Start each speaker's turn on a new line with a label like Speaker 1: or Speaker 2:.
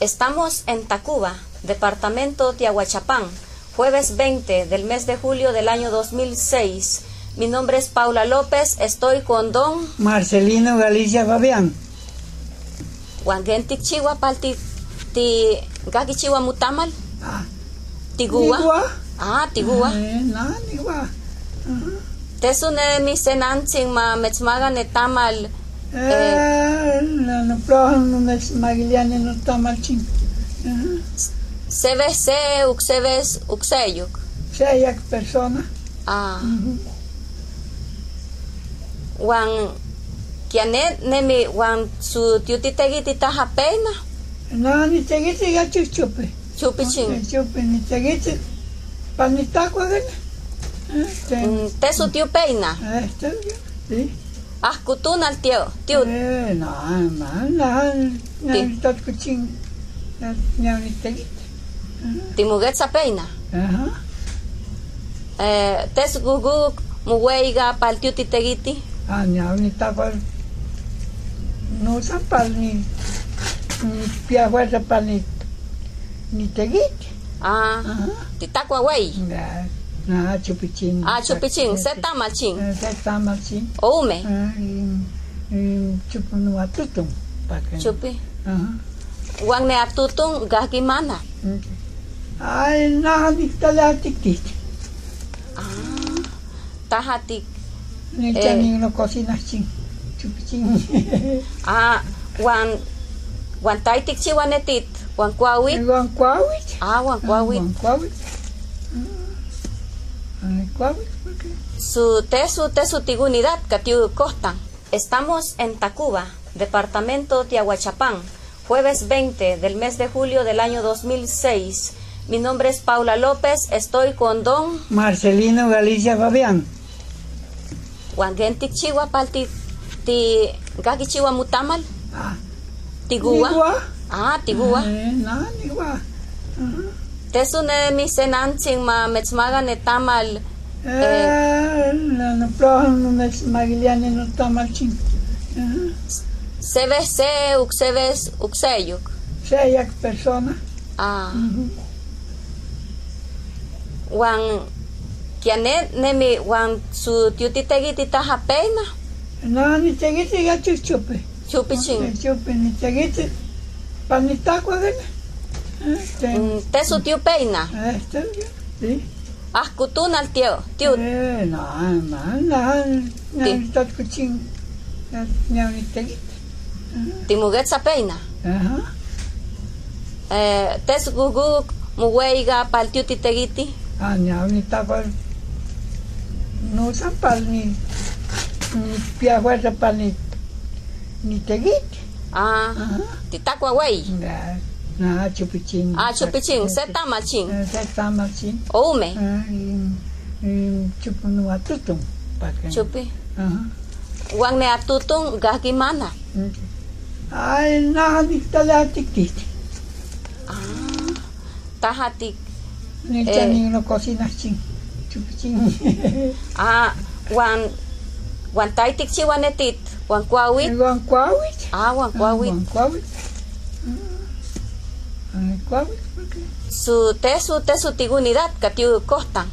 Speaker 1: Estamos en Tacuba, departamento Tiahuachapán, jueves 20 del mes de julio del año 2006. Mi nombre es Paula López, estoy con don
Speaker 2: Marcelino Galicia Fabián.
Speaker 1: Huanguentic Chihuahua, Palti, Ti, Gaki Chihuahua Mutamal,
Speaker 2: Ah,
Speaker 1: Tigua.
Speaker 2: Nigua.
Speaker 1: Ah, Tigua.
Speaker 2: Eh, na, nigua. Ajá.
Speaker 1: Tesune mi senancing ma metzmagan etamal.
Speaker 2: Eh, la no projan no es Magallanes no está mal ching.
Speaker 1: CBC, Uxebes, Uxeyuk.
Speaker 2: Sea persona.
Speaker 1: Ah.
Speaker 2: Ujú.
Speaker 1: Wan kianet nemi wan su tiutitegi titaja pena.
Speaker 2: No, ni cheguete ya chuchupe.
Speaker 1: Chupiching.
Speaker 2: Chuchupe, ni cheguete. Pan ni taco, ¿verdad? Este,
Speaker 1: Mm, Te su tiu peina.
Speaker 2: Eh, este, sí.
Speaker 1: Ah, cutuna al tío. Tío.
Speaker 2: Eh, no, no, no, no, ni taco ching. No, ni cheguete.
Speaker 1: Timugetza peina.
Speaker 2: Ajá.
Speaker 1: Eh, Tes guguk muweiga pal tiutitegiti.
Speaker 2: Ah, ni ni taco. No usan pal ni. Ni pia fuerza pal ni. Ni cheguete.
Speaker 1: Ah.
Speaker 2: Ajá.
Speaker 1: Titakua wey.
Speaker 2: Ya, Ah, chupichín.
Speaker 1: Ah, chupiching. Se tamalching.
Speaker 2: Eh, Se tama, sí.
Speaker 1: Oume.
Speaker 2: Ah, y- y chupo no atutum, pa' que-
Speaker 1: Chupi.
Speaker 2: Ajá.
Speaker 1: Wan ne atutun gagimana.
Speaker 2: Mm. Ay, nada, ni lah tala tiquit.
Speaker 1: Ah. Tajatik.
Speaker 2: Ni lah,
Speaker 1: Eh.
Speaker 2: no cocina chin. Chupichín.
Speaker 1: Ah, wan wan taitik chiwanetit, wan kuawit.
Speaker 2: Guan cuawit.
Speaker 1: Ah, wan kuawit.
Speaker 2: Guan cuawit. Mm. Ay, cuawit, ¿por qué?
Speaker 1: Su tesu tesu tigunidad katiu costan. Estamos en Tacuba, departamento Tiahuachapán, jueves 20 del mes de julio del año 2006. Mi nombre es Paula López, estoy con don
Speaker 2: Marcelino Galicia Fabián.
Speaker 1: Wangentik Chihuahua Palti Ti Gaki Chihuahua Mutamal,
Speaker 2: Ah,
Speaker 1: Tigua.
Speaker 2: nigua.
Speaker 1: Ah, Tigua.
Speaker 2: Eh, no, nigua. Ajá.
Speaker 1: Tesu ne mi senancing ma metzmagan etamal.
Speaker 2: Eh, la no projan no es Magallanes no está mal ching. Ajá.
Speaker 1: CBC, Uxebes, Uxeyuk.
Speaker 2: Sea ya persona.
Speaker 1: Ah.
Speaker 2: Ujú.
Speaker 1: Wan kianet nemi wan su tiutitegi titaja peina.
Speaker 2: No, ni cheguete ya chuchupe.
Speaker 1: Chupiching.
Speaker 2: Chuchupe, ni cheguete. Pan ni taco, ¿verdad? Este,
Speaker 1: Mm, Te su tiu peina.
Speaker 2: este, sí.
Speaker 1: Ah, cutuna al tío. Tiu.
Speaker 2: Eh, no, no, no, no,
Speaker 1: Ti.
Speaker 2: ni taco ching. No, no, ni cheguete.
Speaker 1: Timugetza peina.
Speaker 2: Ajá.
Speaker 1: Eh, tes guguk muweiga pal tiutitegiti.
Speaker 2: Ah, no, ni taco. No usan pal ni. Ni pia fuerza pal ni. Ni cheguete.
Speaker 1: Ah.
Speaker 2: Ajá.
Speaker 1: Titakua wey.
Speaker 2: Ya, Ah, chupichín.
Speaker 1: Ah,
Speaker 2: Mm.
Speaker 1: chupiching. Se tamachin.
Speaker 2: Eh, Se tama, sí.
Speaker 1: Oume.
Speaker 2: Ah, y- y chupo no atutum, pa' que-
Speaker 1: Chupi.
Speaker 2: Ajá.
Speaker 1: Wan ne atutun gagimana.
Speaker 2: Mm. Ay, nada, ni tala tiquit.
Speaker 1: Ah. Tajatik.
Speaker 2: Ni
Speaker 1: Eh.
Speaker 2: chan, ni no cocina chin. Chupichín.
Speaker 1: Ah. Wan. Wan taitik chiwanetit. Wan kuawit.
Speaker 2: Guan cuawit.
Speaker 1: Ah, wan kuawit.
Speaker 2: Guan cuawit. Ah, ay, cuawit, ¿por qué?
Speaker 1: su tesu tesu tigunidad katiu costan